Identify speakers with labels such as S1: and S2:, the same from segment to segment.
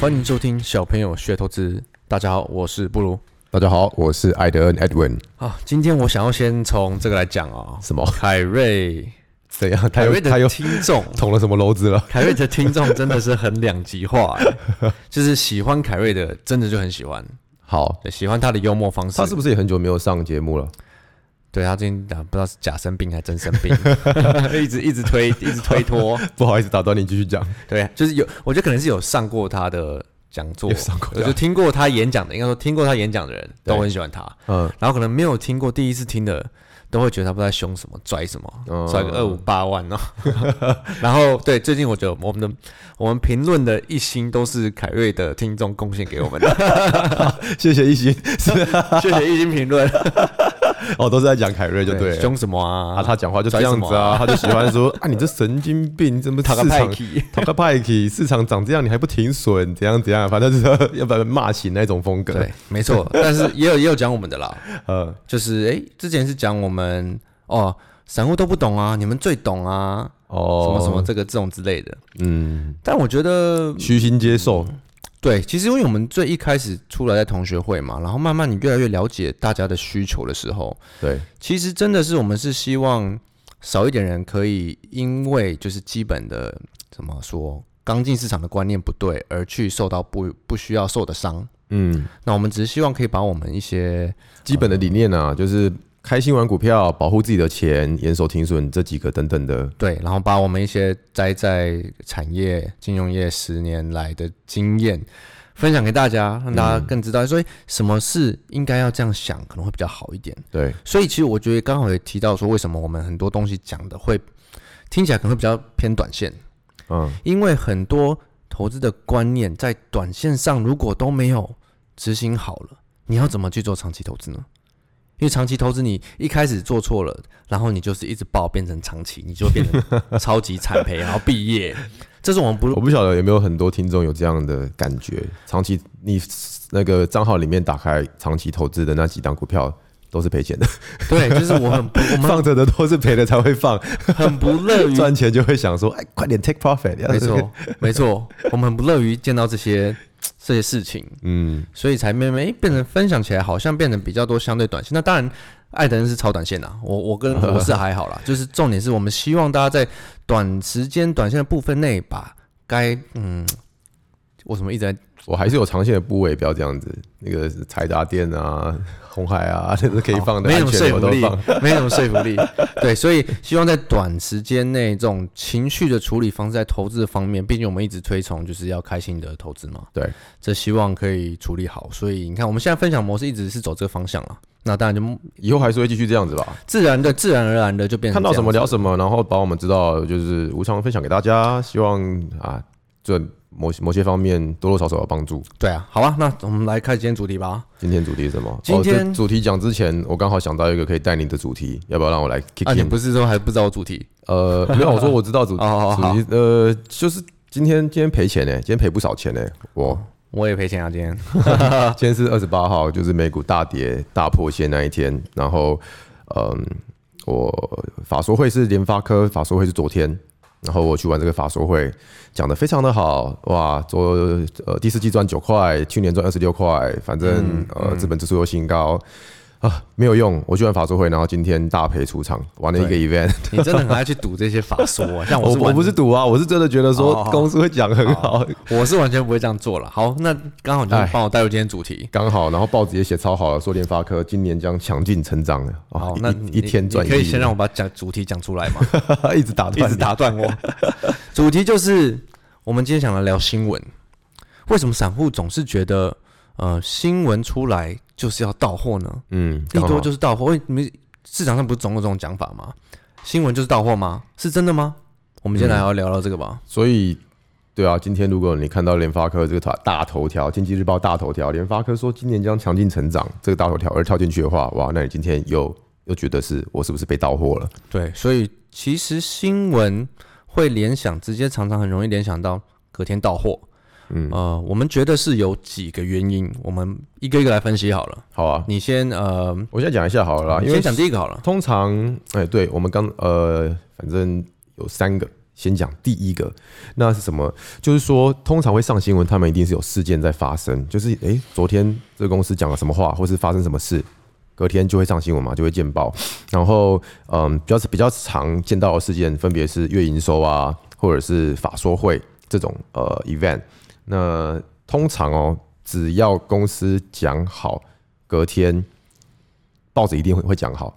S1: 欢迎收听小朋友学投资。大家好，我是布鲁。
S2: 大家好，我是艾德恩 Edwin。
S1: 啊，今天我想要先从这个来讲啊、
S2: 什么？
S1: 凯瑞，
S2: 怎样？ 他
S1: 凯瑞
S2: 又他
S1: 的
S2: 又
S1: 听众，
S2: 捅了什么篓子了？
S1: 凯瑞的听众真的是很两极化、 欸就是喜欢凯瑞的，真的就很喜欢，
S2: 好，
S1: 对喜欢他的幽默方式。
S2: 他是不是也很久没有上节目了？
S1: 对他最近啊，不知道是假生病还真生 病，一直一直推，一直推脱。
S2: 不好意思，打断你，继续讲。
S1: 对，就是有，我觉得可能是有上过他的讲座，
S2: 有上过他
S1: 对
S2: 啊
S1: 就听过他演讲的，应该说听过他演讲的人
S2: 对
S1: 都很喜欢他，
S2: 嗯，
S1: 然后可能没有听过第一次听的，都会觉得他不知道在凶什么，拽什么，
S2: 嗯
S1: 拽个二五八万哦。 然后对，最近我觉得我们的我们评论的一心都是凯瑞的听众贡献给我们的，
S2: 谢谢一心。是
S1: 谢谢一心评论，
S2: 哦，都是在讲凯瑞就对了。
S1: 凶什么啊？
S2: 啊，他讲话就这样
S1: 拽什
S2: 子
S1: 么
S2: 啊，他就喜欢说 啊，你这神经病，你怎么
S1: 他
S2: 市
S1: 个派
S2: 场
S1: 气。
S2: 讨个派气，市场涨这样你还不停损，怎样怎样，反正就是 要把人骂醒那种风格。
S1: 对，没错，但是也有也有讲我们的 啦，嗯
S2: 呃，
S1: 就是诶，之前是讲我们哦，散户都不懂啊，你们最懂啊，
S2: 哦，
S1: 什么什么，这个这种之类的。
S2: 嗯，
S1: 但我觉得
S2: 虚心接受，
S1: 对，其实因为我们最一开始出来在同学会嘛，然后慢慢你越来越了解大家的需求的时候，
S2: 对，
S1: 其实真的是我们是希望少一点人可以因为就是基本的怎么说刚进市场的观念不对而去受到不不需要受的伤。
S2: 嗯，
S1: 那我们只是希望可以把我们一些
S2: 基本的理念啊，就是开心玩股票，保护自己的钱，严守停损这几个等等的。
S1: 对，然后把我们一些栽在产业、金融业十年来的经验分享给大家，让大家更知道，所以什么事应该要这样想，可能会比较好一点。
S2: 对，
S1: 所以其实我觉得刚好也提到说，为什么我们很多东西讲的会听起来可能会比较偏短线，
S2: 嗯，
S1: 因为很多投资的观念在短线上如果都没有执行好了，你要怎么去做长期投资呢？因为长期投资，你一开始做错了，然后你就是一直爆变成长期，你就会变成超级惨赔，然后毕 业。这是我们不
S2: 我不晓得有没有很多听众有这样的感觉，长期你那个账号里面打开长期投资的那几档股票。都是赔钱的，
S1: 对，就是我很不我们
S2: 放着的都是赔的才会放，
S1: 很不乐于
S2: 赚钱就会想说，哎，快点 take profit。
S1: 没，错，没错，我们很不乐于见到这些这些事情，
S2: 嗯，
S1: 所以才慢慢诶变成分享起来，好像变得比较多相对短线。那当然，艾德恩是超短线啦，我我跟我是还好啦， 就是重点是我们希望大家在短时间、短线的部分内，把该嗯，我怎么一直在
S2: 我还是有长线的部位，不要这样子。那个财达电啊、红海啊， 这是可以放的，
S1: 没什
S2: 安
S1: 么
S2: 全的
S1: 说
S2: 我
S1: 服
S2: 都
S1: 力
S2: 放。，
S1: 没什么说服力。对，所以希望在短时间内，这种情绪的处理方式，在投资的方面，毕竟我们一直推崇就是要开心的投资嘛。
S2: 对，
S1: 这希望可以处理好。所以你看，我们现在分享模式一直是走这个方向了。那当然就
S2: 以后还是会继续这样子吧。
S1: 自然的、自然而然的就变成
S2: 看到什么
S1: 这样
S2: 聊什么，然后把我们知道的就是无偿分享给大家，希望啊，这某某些方面多多少少有帮助
S1: 子。。对啊，好吧，那我们来看今天主题吧。
S2: 今天主题是什么？
S1: 今天
S2: 哦、这主题讲之前，我刚好想到一个可以带你的主题，要不要让我来 kick
S1: 啊，你
S2: in？、
S1: 不是说还不知道我主题？
S2: 呃，没有，我说我知 道主
S1: 哦好好
S2: 主题，呃，就是今天今天赔钱欸呢、今天赔不少钱呢、我
S1: 我也赔钱啊，今 天。
S2: 今天是二十八号，就是美股大跌大破线那一天。然后，嗯，我法说会是联发科法说会是昨天，然后我去玩这个法说会，讲的非常的好，哇，昨呃第四季赚九块，去年赚二十六块，反正、
S1: 嗯
S2: 呃资本指数又新高。啊，没有用！我去玩法说会，然后今天大赔出场，玩了一个 event。
S1: 你真的很爱去赌这些法说、啊，像我
S2: 我
S1: 是
S2: 我
S1: 完
S2: 不是赌啊，我是真的觉得
S1: 哦
S2: 说
S1: 好
S2: 公司会讲很好，
S1: 我是完全不会这样做了。好，那刚好你就
S2: 哎
S1: 帮我带入今天主题。
S2: 刚好。然后报纸也写超好了，说联发科今年将强劲成长了。
S1: 好
S2: 哦，，
S1: 那
S2: 一一
S1: 你
S2: 一天
S1: 你
S2: 赚一亿。
S1: 可以先让我把讲主题讲出来 吗？
S2: 一直打
S1: 一直打断我。 主题就是我们今天想来聊新闻，为什么散户总是觉得呃新闻出来就是要到货呢？
S2: 嗯，
S1: 利多就是是到货，喂，你们市场上不是总有这种讲法吗？新闻就是到货吗？是真的吗？我们今天来要聊聊这个吧。
S2: 所以对啊，今天如果你看到联发科这个大大头条，《经济日报》大头条，联发科说今年将强劲成长这个大头条，而跳进去的话，哇，那你今天又又觉得是我是不是被到货了？
S1: 对，所以其实新闻会联想，直接常常很容易联想到隔天到货。嗯，呃，我们觉得是有几个原因，我们一个一个来分析好了。
S2: 好啊，
S1: 你先呃，
S2: 我先讲一下好了啦，
S1: 你
S2: 因为
S1: 先讲第一个好了。
S2: 通常哎，对我们刚呃，反正有三个先讲第一个，那是什么？就是说，通常会上新闻，他们一定是有事件在发生，就是诶、昨天这个公司讲了什么话，或是发生什么事，隔天就会上新闻嘛，就会见报。然后，嗯，比较比较常见到的事件，分别是月营收啊，或者是法说会这种呃 event。那通常哦，只要公司讲好，隔天报纸一定会会讲好，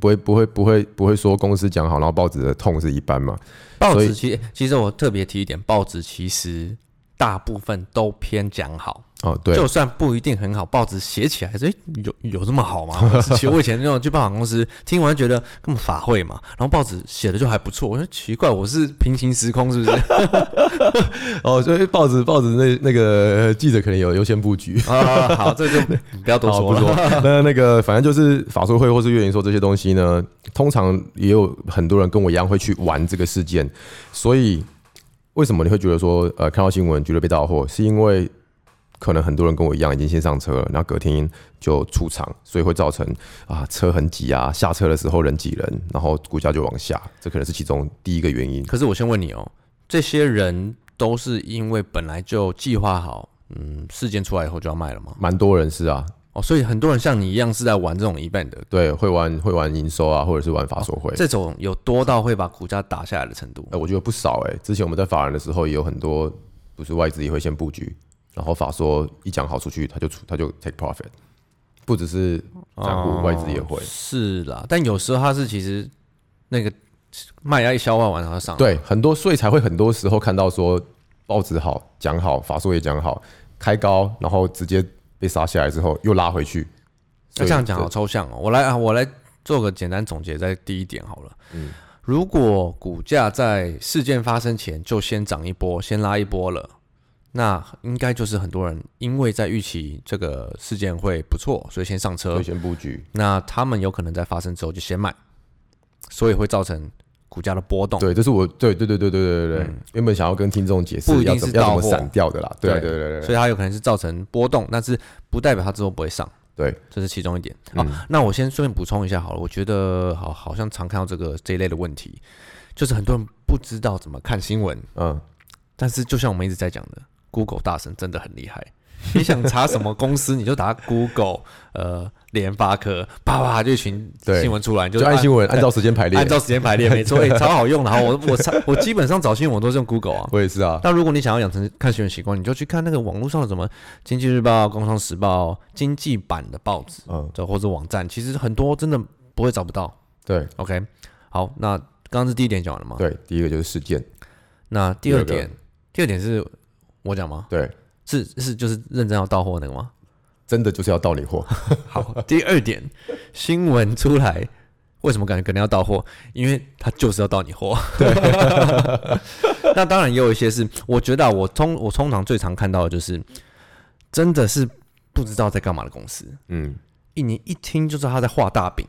S2: 不会不会不会不会说公司讲好，然后报纸的痛是一般嘛。
S1: 报
S2: 所以
S1: 纸其其实我特别提一点，报纸其实大部分都偏讲好，
S2: 哦，对，
S1: 就算不一定很好，报纸写起来，哎、有有这么好 吗？其实我以前那种去报纸公司听完觉得根本法会嘛，然后报纸写的就还不错，我说奇怪，我是平行时空 是不是？
S2: 哦，所以报纸报纸那那个呃记者可能有优先布局。
S1: 啊，好，这就不要多
S2: 好，
S1: 说
S2: 不
S1: 了。
S2: 说。 那那个，反正就是法说会或是月营说这些东西呢，通常也有很多人跟我一样会去玩这个事件，所以为什么你会觉得说，呃，看到新闻觉得被到货，是因为可能很多人跟我一样已经先上车了，然后隔天就出场，所以会造成啊车很挤啊，下车的时候人挤人，然后股价就往下，这可能是其中第一个原因。
S1: 可是我先问你哦，这些人都是因为本来就计划好，嗯，事件出来以后就要卖了吗？
S2: 蛮多人是啊，
S1: 哦，所以很多人像你一样是在玩这种 event 的，
S2: 对，会玩会玩营收啊，或者是玩法说会。
S1: 这种有多到会把股价打下来的程度
S2: 哎、。我觉得不少哎、之前我们在法人的时候，也有很多不是外资也会先布局，然后法说一讲好出去，他就出他就 take profit，不只是散户，外资也会。
S1: 哦是啦，但有时候它是其实那个卖压一消化完，然后上来
S2: 对，很多所以才会很多时候看到说报纸好讲好，法说也讲好，开高，然后直接被杀下来之后又拉回去。
S1: 那这样讲
S2: 所以
S1: 好抽象哦，我来啊，我来做个简单总结，在第一点好了。嗯，如果股价在事件发生前就先涨一波，先拉一波了，那应该就是很多人因为在预期这个事件会不错，所以先上
S2: 这
S1: 车
S2: 会。先布局，
S1: 那他们有可能在发生之后就先买，所以会造成股价的波动。
S2: 对，这是我对对对对对对对对，原本想要跟听众解
S1: 嗯
S2: 释
S1: 不一定
S2: 要怎么
S1: 是
S2: 要怎
S1: 到
S2: 么
S1: 货
S2: 散掉的啦，对
S1: 对
S2: 对对对对
S1: 所以它有可能是造成波动，但是不代表它之后不会上。
S2: 对，
S1: 这是其中一点。
S2: 嗯
S1: 哦，那我先顺便补充一下好了，我觉得好好像常看到这个这一类的问题，就是很多人不知道怎么看新闻，
S2: 嗯，
S1: 但是就像我们一直在讲的，Google 大神真的很厉害。你想查什么公司，你就打 Google，呃，联发科，啪啪就一群
S2: 对
S1: 新闻出来，你
S2: 就按新闻按
S1: 对
S2: 照时间排列
S1: 按，照时间排列，没 错，哎、超好用的。然后我我查我基本上找新闻我都是用 Google 啊，
S2: 我也是啊，
S1: 那如果你想要养成看新闻习惯，你就去看那个网络上的什么《经济日报》《工商时报》经济版的报纸，
S2: 嗯，
S1: 这或者网站，其实很多真的不会找不到。
S2: 对
S1: OK，好，那刚刚是第一点讲完了吗？
S2: 对，第一个就是事件。
S1: 那第二
S2: 第二个
S1: 点，第二点是我讲吗？
S2: 对，
S1: 是是就是认真要到货那个 吗？
S2: 真的就是要到你货。
S1: 好，第二点，新闻出来，为什么感觉可能要到货？因为他就是要到你货。对， 那当然也有一些是，我觉得、啊、我通我通常最常看到的就是，真的是不知道在干嘛的公司，
S2: 嗯，
S1: 一年一听就知道他在画大饼。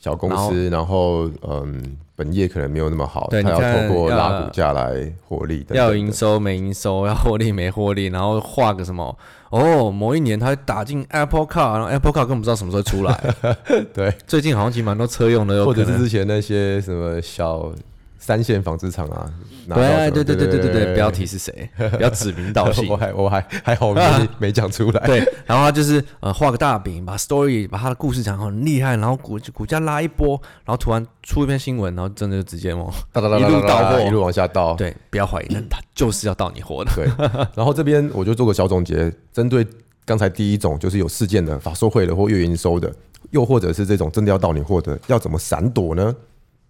S2: 小公司，然后嗯，本业可能没有那么好，
S1: 对
S2: 他
S1: 你
S2: 要
S1: 看
S2: 透过
S1: 要
S2: 拉股价来获利等等的。
S1: 要营收没营收，要获利没获利，然后画个什么哦，某一年他打进 Apple Car，然后 Apple Car 根本不知道什么时候出来。
S2: 对，
S1: 最近好像其实蛮多车用的，有
S2: 或
S1: 可
S2: 者是
S1: 能
S2: 之前那些什么小三线纺织厂啊，拿到什
S1: 对对
S2: 么
S1: 对对对对对，不要提
S2: 对
S1: 是谁，不要指名道姓
S2: 我。还我还还好没没讲出来。
S1: 啊对，然后他就是呃画个大饼，把 story 把他的故事讲得很厉害，然后股股价拉一波，然后突然出一篇新闻，然后真的就直接哦，
S2: 哒哒哒哒哒
S1: 一路到货
S2: 一路往下倒。
S1: 对，不要怀疑，但他就是要到你活的。
S2: 对，然后这边我就做个小总结，针对刚才第一种，就是有事件的法说会的或月营收的，又或者是这种真的要到你货的，要怎么闪躲呢？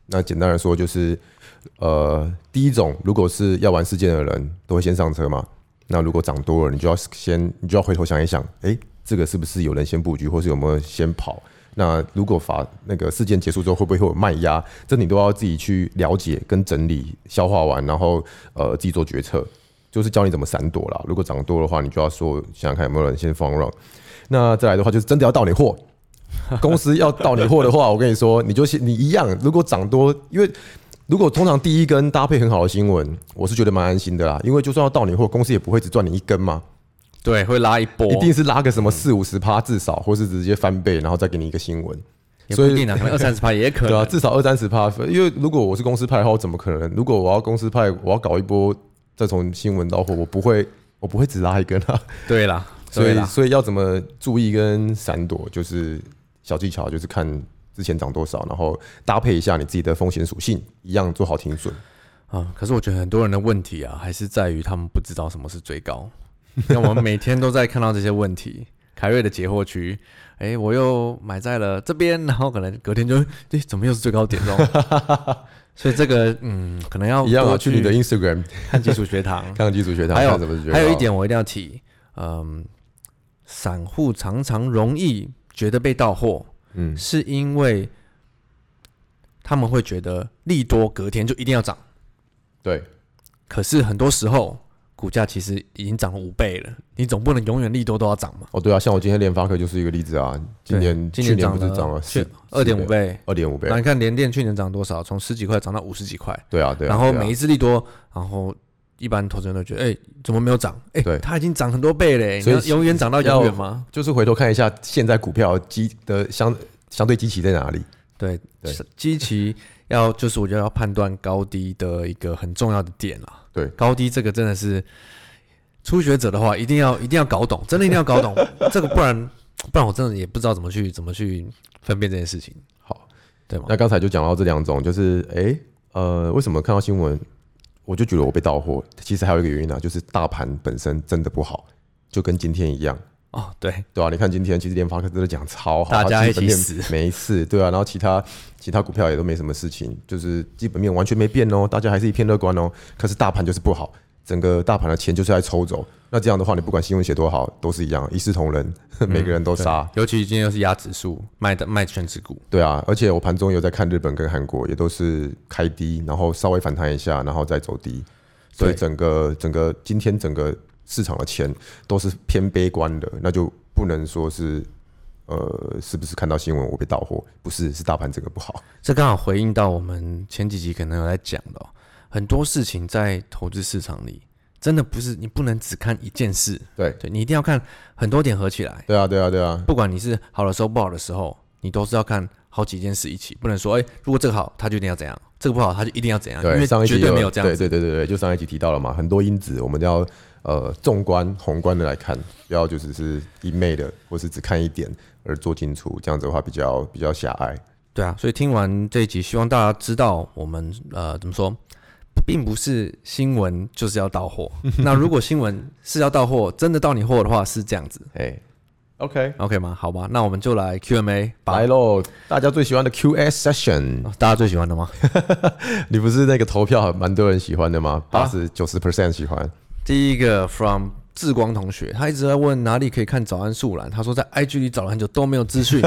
S2: 那简单来说就是，呃，第一种如果是要玩事件的人，都会先上车嘛。那如果涨多了，你就要先，你就要回头想一想，诶，这个是不是有人先布局，或是有没有先跑？那如果法那个事件结束之后，会不会会有卖压？这你都要自己去了解跟整理、消化完，然后呃自己做决策。就是教你怎么闪躲啦。如果涨多的话，你就要说想想看有没有人先放 run。那再来的话，就是真的要到你货。公司要到你货的话，我 跟你说，你就先你一样。如果涨多，因为如果通常第一根搭配很好的新闻，我是觉得蛮安心的啦。因为就算要到你货，公司也不会只赚你一根嘛，
S1: 对，会拉一波，
S2: 一定是拉个什么四五十趴至少，或是直接翻倍，然后再给你一个新闻。
S1: 也
S2: 所
S1: 不
S2: 以
S1: 一定啊，可能二三十趴也可
S2: 对啊，
S1: 能。
S2: 至少二三十趴。因为如果我是公司派的话，我怎么可能？如果我要公司派，我要搞一波，再从新闻到货，我不会，我不会只拉一根啊。
S1: 对啦，
S2: 所
S1: 对
S2: 以，
S1: 啦
S2: 所以要怎么注意跟闪躲，就是小技巧，就是看之前涨多少，然后搭配一下你自己的风险属性，一样做好停损。
S1: 啊，可是我觉得很多人的问题啊，还是在于他们不知道什么是最高。 那我们每天都在看到这些问题。 凯瑞的解惑区，哎、我又买在了这边，然后可能隔天就， 对，怎么又是最高点哦？ 所以这个，嗯，可能要
S2: 一样啊，
S1: 多
S2: 去你的啊 Instagram
S1: 看基础学堂。
S2: 看看基础学堂，
S1: 还有
S2: 看怎么学。
S1: 还有一，点我一定要提，嗯，散户常常容易觉得被到货，
S2: 嗯，
S1: 是因为他们会觉得利多隔天就一定要涨。
S2: 对，
S1: 可是很多时候股价其实已经涨了五倍了，你总不能永远利多都要涨嘛？
S2: 哦对啊，像我今天联发科就是一个例子啊，今年
S1: 对
S2: 去
S1: 今
S2: 年
S1: 年
S2: 不是涨了
S1: 去二点五，倍。
S2: 二点五倍啊
S1: 那，你看联电去年涨多少？从十几块涨到五十几块，
S2: 对啊对啊。
S1: 然后
S2: 对啊
S1: 每一次利多，然后一般投资人都觉得，哎、怎么没有涨？哎、
S2: 对
S1: 它已经涨很多倍嘞，
S2: 所以
S1: 你要永远涨到永远吗？
S2: 就是回头看一下现在股票基的相相对基期在哪里。
S1: 对，
S2: 对
S1: 是基期要就是我觉得要判断高低的一个很重要的点啦。
S2: 对
S1: 高低这个真的是初学者的话，一定要一定要搞懂，真的一定要搞懂 这个，不然不然我真的也不知道怎么去怎么去分辨这件事情，
S2: 好，
S1: 对吗
S2: 那？刚才就讲到这两种，就是哎、诶呃，为什么看到新闻我就觉得我被到货？其实还有一个原因啊，就是大盘本身真的不好，就跟今天一样，
S1: 哦，对，
S2: 对啊，你看今天其实联发科真的讲超好，
S1: 大家
S2: 它
S1: 一
S2: 基
S1: 起
S2: 本面
S1: 死
S2: 没事，对啊，然后其他其他股票也都没什么事情，就是基本面完全没变哦，大家还是一片乐观哦。可是大盘就是不好，整个大盘的钱就是在抽走。那这样的话，你不管新闻写多好，都是一样，一视同仁， 每个人都杀。
S1: 尤其今天又是压指数，卖的卖全指股，
S2: 对啊，而且我盘中有在看日本跟韩国，也都是开低，然后稍微反弹一下，然后再走低，所以
S1: 对
S2: 整个整个今天整个市场的钱都是偏悲观的，那就不能说是呃是不是看到新闻我被到货，不是是大盘整个不好，
S1: 这刚好回应到我们前几集可能有在讲的、哦，很多事情在投资市场里，真的不是你不能只看一件事，
S2: 对
S1: 对你一定要看很多点合起来。
S2: 对啊对啊对啊，
S1: 不管你是好的时候不好的时候，你都是要看好几件事一起，不能说哎、如果这个好，它就一定要怎样；这个不好，它就一定要怎样，因
S2: 对
S1: 为
S2: 上一
S1: 绝
S2: 集
S1: 对没有这样
S2: 对
S1: 子。
S2: 对对对对，就上一集提到了嘛，很多因子我们要呃纵观宏观的来看，不要就只是一昧的或是只看一点而做进出，这样子的话比较比较狭隘。
S1: 对啊，所以听完这一集，希望大家知道我们呃怎么说，并不是新闻就是要到 货。那如果新闻是要到货，真的到你货的话，是这样子
S2: 哎、o k
S1: ，OK 吗？好吧，那我们就来 Q&A 吧
S2: 来。喽，大家最喜欢的 Q&A session，
S1: 大家最喜欢的吗？
S2: 你不是那个投票蛮多人喜欢的吗？
S1: 啊
S2: 八十九十 percent 喜欢。
S1: 第一个 from 志光同学，他一直在问哪里可以看早安素兰，他说在 IG 里找了很久都没有资讯，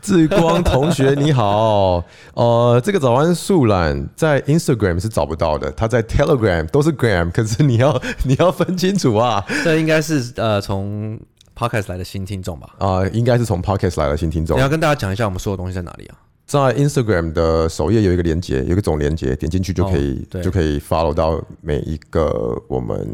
S2: 志光同学你好， 呃，这个早安素懒在 Instagram 是找不到的，他在 Telegram 都是 Gram，可是你要 你要分清楚啊
S1: 这应该是呃从 podcast 来的新听众吧？
S2: 啊、应该是从 Podcast 来的新听众
S1: 你，要跟大家讲一下我们说的东西在哪里啊？
S2: 在 Instagram 的首页有一个连接，有一个总连接，点进去就可以
S1: 哦、对
S2: 就可以 follow 到每一个我们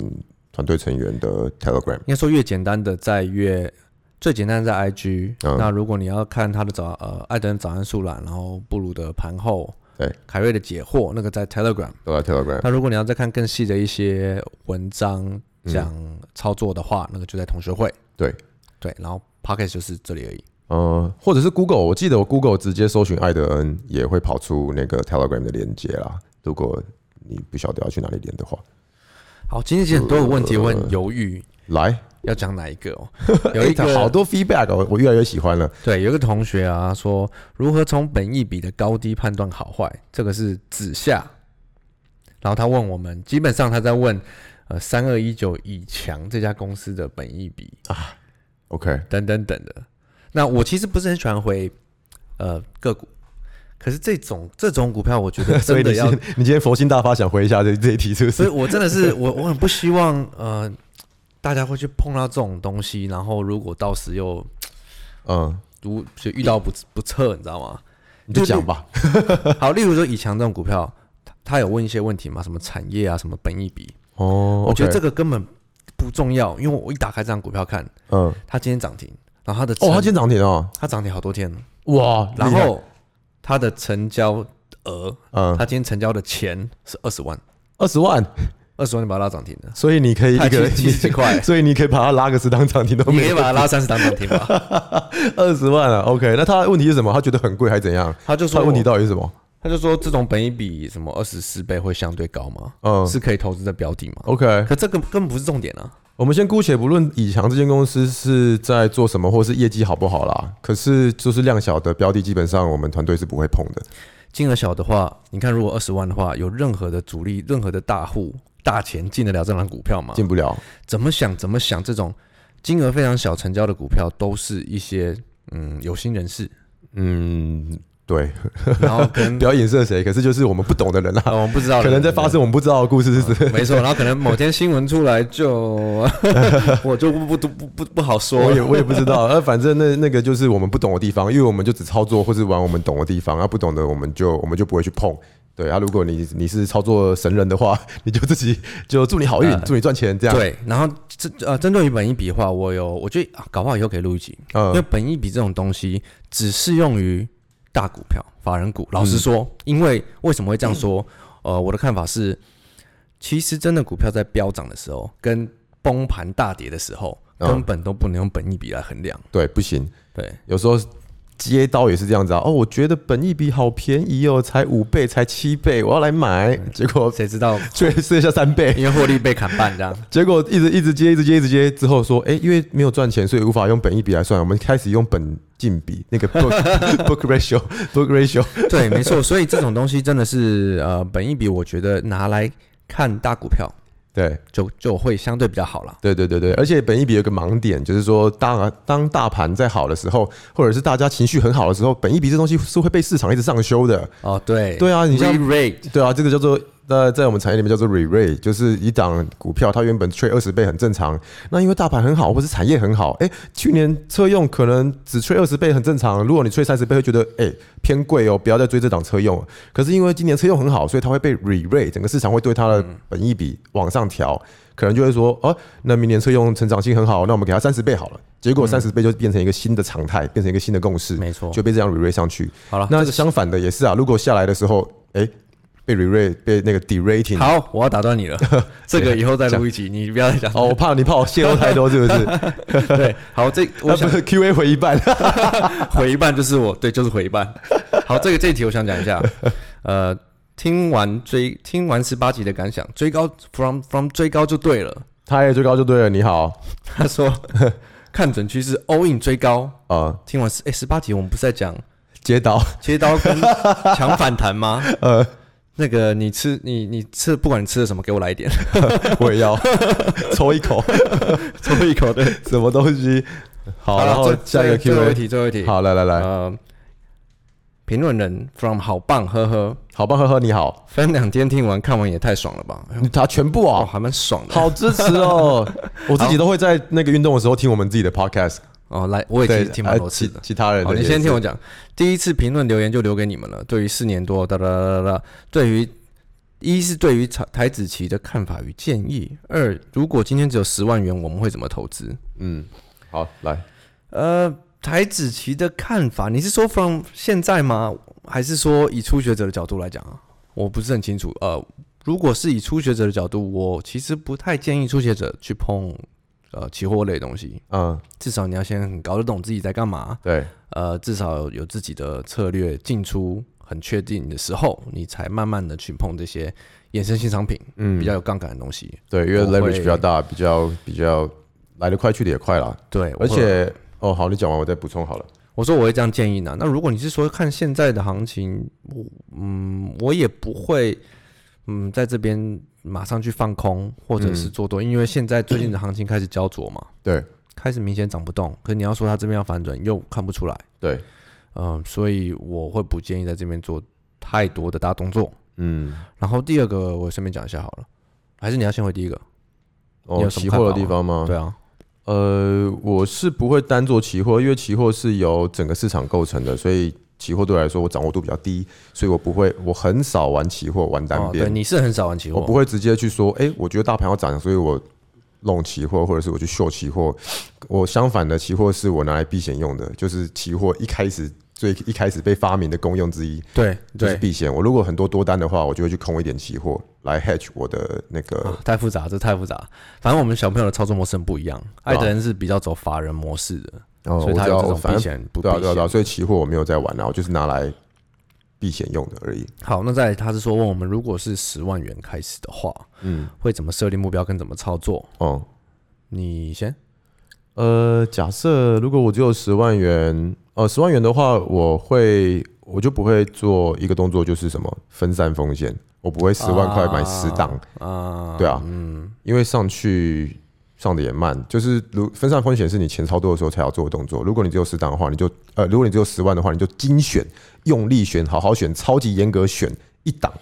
S2: 团队成员的 Telegram。
S1: 应该说越简单的在越最简单的在 IG、
S2: 嗯
S1: 那如果你要看他的早呃艾登早安素懒，然后布鲁的盘后，
S2: 对，嗯
S1: 凯瑞的解惑那个在 Telegram。
S2: 都在 Telegram，
S1: 那如果你要再看更细的一些文章讲操作的话，那个就在同学会。
S2: 对，
S1: 对，然后 podcast 就是这里而已。
S2: 呃，或者是 Google，我记得我 Google 直接搜寻艾德恩也会跑出那个 Telegram 的链接啦。如果你不晓得要去哪里连的话，
S1: 好，今天其实很多的
S2: 呃
S1: 问题，我很犹豫
S2: 来，
S1: 要讲哪一个 哦。有一
S2: 诶
S1: 个
S2: 好多 feedback，哦我越来越喜欢了。
S1: 对，有一个同学啊说，如何从本益比的高低判断好坏，这个是子夏。然后他问我们，基本上他在问，呃，三二一九以强这家公司的本益比
S2: OK，
S1: 等等等的。那我其实不是很喜欢回呃个股，可是这种这种股票，我觉得
S2: 所以
S1: 真的
S2: 你
S1: 要
S2: 今，天 你今天佛心大发，想回一下这这一题是不
S1: 所以
S2: 是？
S1: 我真的是我我很不希望呃大家会去碰到这种东西，然后如果到时又
S2: 嗯，
S1: 如就遇到不不测，你知道吗？
S2: 你就讲吧。
S1: 好，例如说以强这种股票，他他有问一些问题嘛，什么产业啊，什么本益比
S2: 哦，
S1: 我觉得
S2: OK，
S1: 这个根本不重要，因为我一打开这张股票看，
S2: 嗯
S1: 它今天涨停，然后它的
S2: 哦，它
S1: 成
S2: 今天涨停哦，
S1: 它涨停好多天了，
S2: 哇！
S1: 然
S2: 厉害
S1: 后它的成交额，
S2: 嗯，
S1: 它今天成交的钱是二十万，
S2: 二十万，
S1: 二十万就把它拉涨停了，
S2: 所以你可以一个，
S1: 它七十几块
S2: 所以你可以把它拉个十档涨停都
S1: 你
S2: 没
S1: 可以
S2: 有
S1: 把它拉三十档涨停 吧。
S2: 二十万啊。OK，那他的问题是什么？他觉得很贵还是怎样？
S1: 他就
S2: 他
S1: 说
S2: 的问题到底是什么？
S1: 他就说这种本益比什么二十四倍会相对高吗？
S2: 嗯
S1: 是可以投资的标的吗？
S2: ，OK，
S1: 可这个根本不是重点啊。
S2: 我们先姑且不论以强这间公司是在做什么，或是业绩好不好啦。可是就是量小的标的，基本上我们团队是不会碰的。
S1: 金额小的话，你看如果二十万的话，有任何的主力、任何的大户、大钱进得了这档股票吗？
S2: 进不了。
S1: 怎么想怎么想，这种金额非常小成交的股票，都是一些嗯有心人士，
S2: 嗯，对，
S1: 然后跟
S2: 不要影射谁，可是就是我们不懂的人啦、
S1: 嗯
S2: 啊
S1: 呃我们不知道的啊
S2: 可能在发生我们不知道的故事是谁。
S1: 没错，然后可能某天新闻出来就 我就不不不不不好说
S2: 我
S1: 了。
S2: 也我也不知道，呃，反正那那个就是我们不懂的地方，因为我们就只操作或是玩我们懂的地方，啊，不懂的我们就我们就不会去碰。对啊，如果你你是操作神人的话， 你就自己就祝你好运，
S1: 呃
S2: 祝你赚钱这样。，
S1: 对，然后这呃，针对于本一笔的话，我有我觉得、啊搞不好以后可以录一集，因为
S2: 呃，
S1: 本益比这种东西只适用于大股票、法人股。老实说，因为为什么会这样说？呃，我的看法是，其实真的股票在飙涨的时候，跟崩盘大跌的时候，
S2: 嗯
S1: 根本都不能用本益比来衡量。
S2: 对，不行，
S1: 对，
S2: 有时候接刀也是这样子啊。哦，我觉得本益比好便宜哦，才五倍，才七倍，我要来买，结果
S1: 谁知道
S2: 却剩下三倍。
S1: 因为获利被砍半这 样？
S2: 结果一直一直接，一直接，一直接，之后说，哎、因为没有赚钱，所以无法用本益比来算，我们开始用本净比那个 book book ratio book ratio，
S1: 对，没错。所以这种东西真的是呃，本益比我觉得拿来看大股票
S2: 对
S1: 就就会相对比较好啦。
S2: 对对对对，而且本益比有个盲点，就是说大当大盘在好的时候，或者是大家情绪很好的时候，本益比这东西是会被市场一直上修的，
S1: 哦，对，
S2: 对啊你像
S1: rate
S2: 对啊，这个叫做那在我们产业里面叫做 re-rate，就是一档股票它原本吹二十倍很正常，那因为大盘很好或是产业很好，哎、去年车用可能只吹二十倍很正常，如果你吹三十倍会觉得哎、偏贵哦，不要再追这档车用了。可是因为今年车用很好，所以它会被 re-rate，整个市场会对它的本益比往上调。可能就会说，哦，那明年车用成长性很好，那我们给它三十倍好了。结果三十倍就变成一个新的常态，变成一个新的共识，
S1: 没错
S2: 就被这样 re-rate 上去。
S1: 好了，
S2: 那相反的也是啊，如果下来的时候，哎、被 re rate 被那个 derating，
S1: 好，我要打断你了， 这个以后再录一集，你不要再讲。
S2: 哦，我怕你怕我泄露太多，是不是？
S1: 对，好，这 我
S2: 那
S1: 想
S2: 不是 Q A 回 一半，
S1: 回一半就是我，对，就是回一半。好，这个这一题我想讲一下，呃，听完追听完十八集的感想，追高 from from 追高就对了。
S2: 他也最高就对了。你好，
S1: 他说 看准趋势 all in 追高，
S2: 呃，
S1: 听完十哎十八集我们不是在讲
S2: 接到，
S1: 切刀跟强反弹 吗？呃。那个你吃你你吃不管你吃了什么，给我来一 点，
S2: 我也要抽一口，
S1: 抽一口 的。
S2: 什么东西？好，
S1: 了
S2: 然后
S1: 最
S2: 下一个
S1: 最最
S2: Q
S1: 后一
S2: A，
S1: 题，最后一题。
S2: 好，来来来，
S1: 呃，评论人 from 好棒，呵呵，
S2: 好棒，呵呵，你好，
S1: 分两天听完看完也太爽了吧？
S2: 他全部
S1: 哦，
S2: 啊，
S1: 还蛮爽的。
S2: 好支持 哦，我自己都会在那个运动的时候听我们自己的 podcast，
S1: 哦，来，我也
S2: 对，
S1: 听听蛮
S2: 啊
S1: 多次
S2: 其
S1: 的。
S2: 其他人
S1: 好，
S2: 的
S1: 你
S2: 也
S1: 先听
S2: 是
S1: 我讲。第一次评论留言就留给你们了。对于四年多，哒哒哒哒哒，对于一是对于台台子棋的看法与建议；二，如果今天只有十万元，我们会怎么投资？
S2: 嗯，好，来，
S1: 呃，台子棋的看法，你是说 from 现在吗？还是说以初学者的角度来讲啊？我不是很清楚。呃，如果是以初学者的角度，我其实不太建议初学者去碰呃期货类的东西。
S2: 嗯，
S1: 至少你要先很搞得懂自己在干嘛，
S2: 对，
S1: 呃，至少有自己的策略进出很确定的时候，你才慢慢的去碰这些衍生性商品，
S2: 嗯
S1: 比较有杠杆的东西。
S2: 对，因为
S1: 我会
S2: leverage 比较大，比较比较来得快，去得也快啦。
S1: 对，
S2: 而
S1: 我会
S2: 且哦，好，你讲完我再补充好了。
S1: 我说我会这样建议呢。那如果你是说看现在的行情，我嗯，我也不会嗯在这边马上去放空或者是做多，因为现在最近的行情开始焦灼嘛，
S2: 对
S1: 开始明显涨不动。可是你要说它这边要反转，又看不出来，
S2: 对，
S1: 嗯、所以我会不建议在这边做太多的大动作。
S2: 嗯，
S1: 然后第二个我顺便讲一下好了，还是你要先回第一个？你
S2: 哦，
S1: 有什么
S2: 期货
S1: 看
S2: 的
S1: 法
S2: 地方吗？
S1: 对啊，
S2: 呃，我是不会单做期货，因为期货是由整个市场构成的，所以期货对我来说我掌握度比较低，所以我不会，我很少玩期货玩单
S1: 哦，
S2: 边，
S1: 对，你是很少玩期
S2: 我
S1: 货，
S2: 不会直接去说，哎、我觉得大盘要涨，所以我弄期货，或者是我去秀期货。我相反的，期货是我拿来避险用的，就是期货一开始最一开始被发明的功用之一
S1: 对
S2: 就是
S1: 对
S2: 避险。我如果很多多单的话，我就会去空一点期货来 hedge 我的那个
S1: 啊，太复杂，这太复杂。反正我们小朋友的操作模式很不一样，艾德人是比较走法人模式的，
S2: 哦，
S1: 所以
S2: 啊我
S1: 他
S2: 知
S1: 有
S2: 道，
S1: 这种
S2: 反
S1: 避
S2: 正
S1: 险不避
S2: 对啊，对啊，对啊，
S1: 险。
S2: 所以期货我没有在玩啊，我就是拿来避险用的而已。
S1: 好，那再来他是说问我们，如果是十万元开始的话，
S2: 嗯，
S1: 会怎么设定目标跟怎么操作？
S2: 哦，
S1: 你先，
S2: 呃，假设如果我只有十万元，呃，十万元的话，我会我就不会做一个动作，就是什么分散风险，我不会十万块买十档，
S1: 啊、
S2: 对啊
S1: 嗯，
S2: 因为上去上的也慢，就是如分散风险是你钱超多的时候才要做的动作。如果你只有十档的话，你就呃，如果你只有十万的话，你就精选，用力选，好好选，超级严格选一档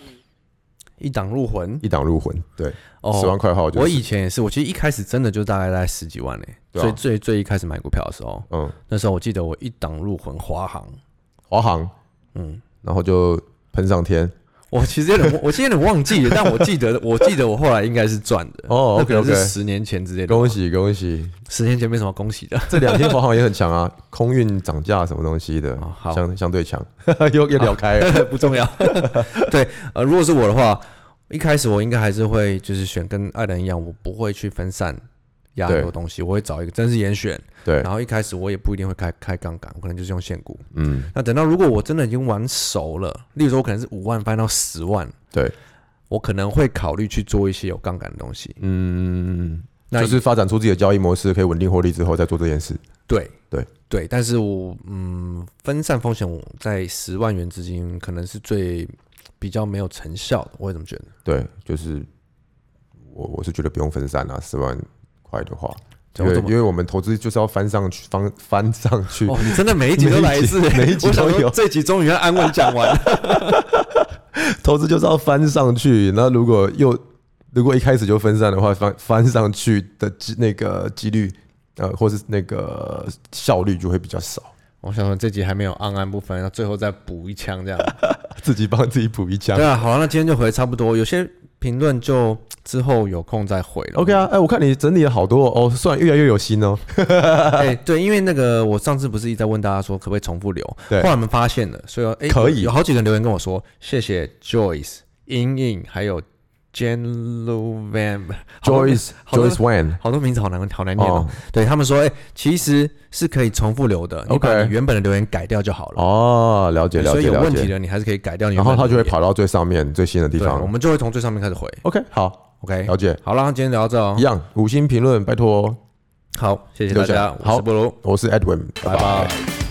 S1: 一档入魂
S2: 一档入魂，对，
S1: 哦，
S2: 十万块的话我就
S1: 我
S2: 是
S1: 以前也是，我其实一开始真的就大概在十几万嘞、
S2: 对啊
S1: 最最最一开始买股票的时候，
S2: 嗯，
S1: 那时候我记得我一档入魂华航，
S2: 华航，
S1: 嗯，
S2: 然后就喷上天。
S1: 我其实有点我其实有点忘记了，但我记得我记得我后来应该是赚的
S2: 哦
S1: 那可能是
S2: OK，OK
S1: 十年前之类的吧，
S2: 恭喜 恭喜！
S1: 十年前没什么恭喜的。
S2: 这两天华航也很强啊，空运涨价什么东西的
S1: 哦，好
S2: 相相对 强，又又聊开了。
S1: 不重要。 对，呃，如果是我的话，一开始我应该还是会就是选跟爱人一样，我不会去分散压很多
S2: 对
S1: 东西，我会找一个真是严选。
S2: 对
S1: 然，后一开始我也不一定会开开杠杆，我可能就是用现股。
S2: 嗯，
S1: 那等到如果我真的已经玩熟了，例如说我可能是五万翻到十万，
S2: 对，
S1: 我可能会考虑去做一些有杠杆的东西。
S2: 嗯，
S1: 那
S2: 就是发展出自己的交易模式，可以稳定获利之后再做这件事。
S1: 对
S2: 对
S1: 对，但是我嗯，分散风险我在十万元资金可能是最比较没有成效的，我也这么觉得。
S2: 对，就是我我是觉得不用分散啊，四万块的话，
S1: 怎
S2: 因
S1: 么
S2: 为
S1: 这么
S2: 因为我们投资就是要翻上去，翻翻上 去。
S1: 哦，你真的 每一集都来一次，
S2: 每一集每一集
S1: 我想
S2: 都
S1: 说
S2: 有
S1: 这集终于要安稳讲完了。
S2: 投资就是要翻上去。那如果又如果一开始就分散的话，翻翻上去的几那个几率，呃，或是那个效率就会比较少。
S1: 我想说这集还没有暗暗不分，最后再补一枪这样。
S2: 自己帮自己补一枪
S1: 对。啊，好啊，那今天就回差不多。有些评论就之后有空再回了。
S2: OK 啊，哎、我看你整理了好多哦，哦算越来越有心哦。
S1: 哎、对，因为那个我上次不是一直在问大家说可不可以重复留，
S2: 对
S1: 后来我们发现了，所以哎、
S2: 可以
S1: 有好几个人留言跟我说，谢谢 Joyce、英英还有 Jan Lu Van 好多
S2: Joyce
S1: 好多
S2: Joyce Wan，
S1: 好多名字好难好难念哦
S2: 哦。
S1: 对他们说，哎、其实是可以重复留的，你把
S2: OK
S1: 你原本的留言改掉就好了。
S2: 哦，了解了
S1: 所以
S2: 解
S1: 有
S2: 了
S1: 问题
S2: 解。
S1: 的你还是可以改掉你原
S2: 然
S1: 本的
S2: 后他
S1: 留言。
S2: 就会跑到最上面最新的地
S1: 对，我
S2: 方。
S1: 们就会从最上面开始回。
S2: OK，好，
S1: OK，
S2: 了解。
S1: 好啦，今天聊到这哦
S2: 一。样五星评论，拜托哦。
S1: 好，谢谢大
S2: 留下
S1: 家，我
S2: 好
S1: 是布鲁，
S2: 我是 Edwin，
S1: 拜拜。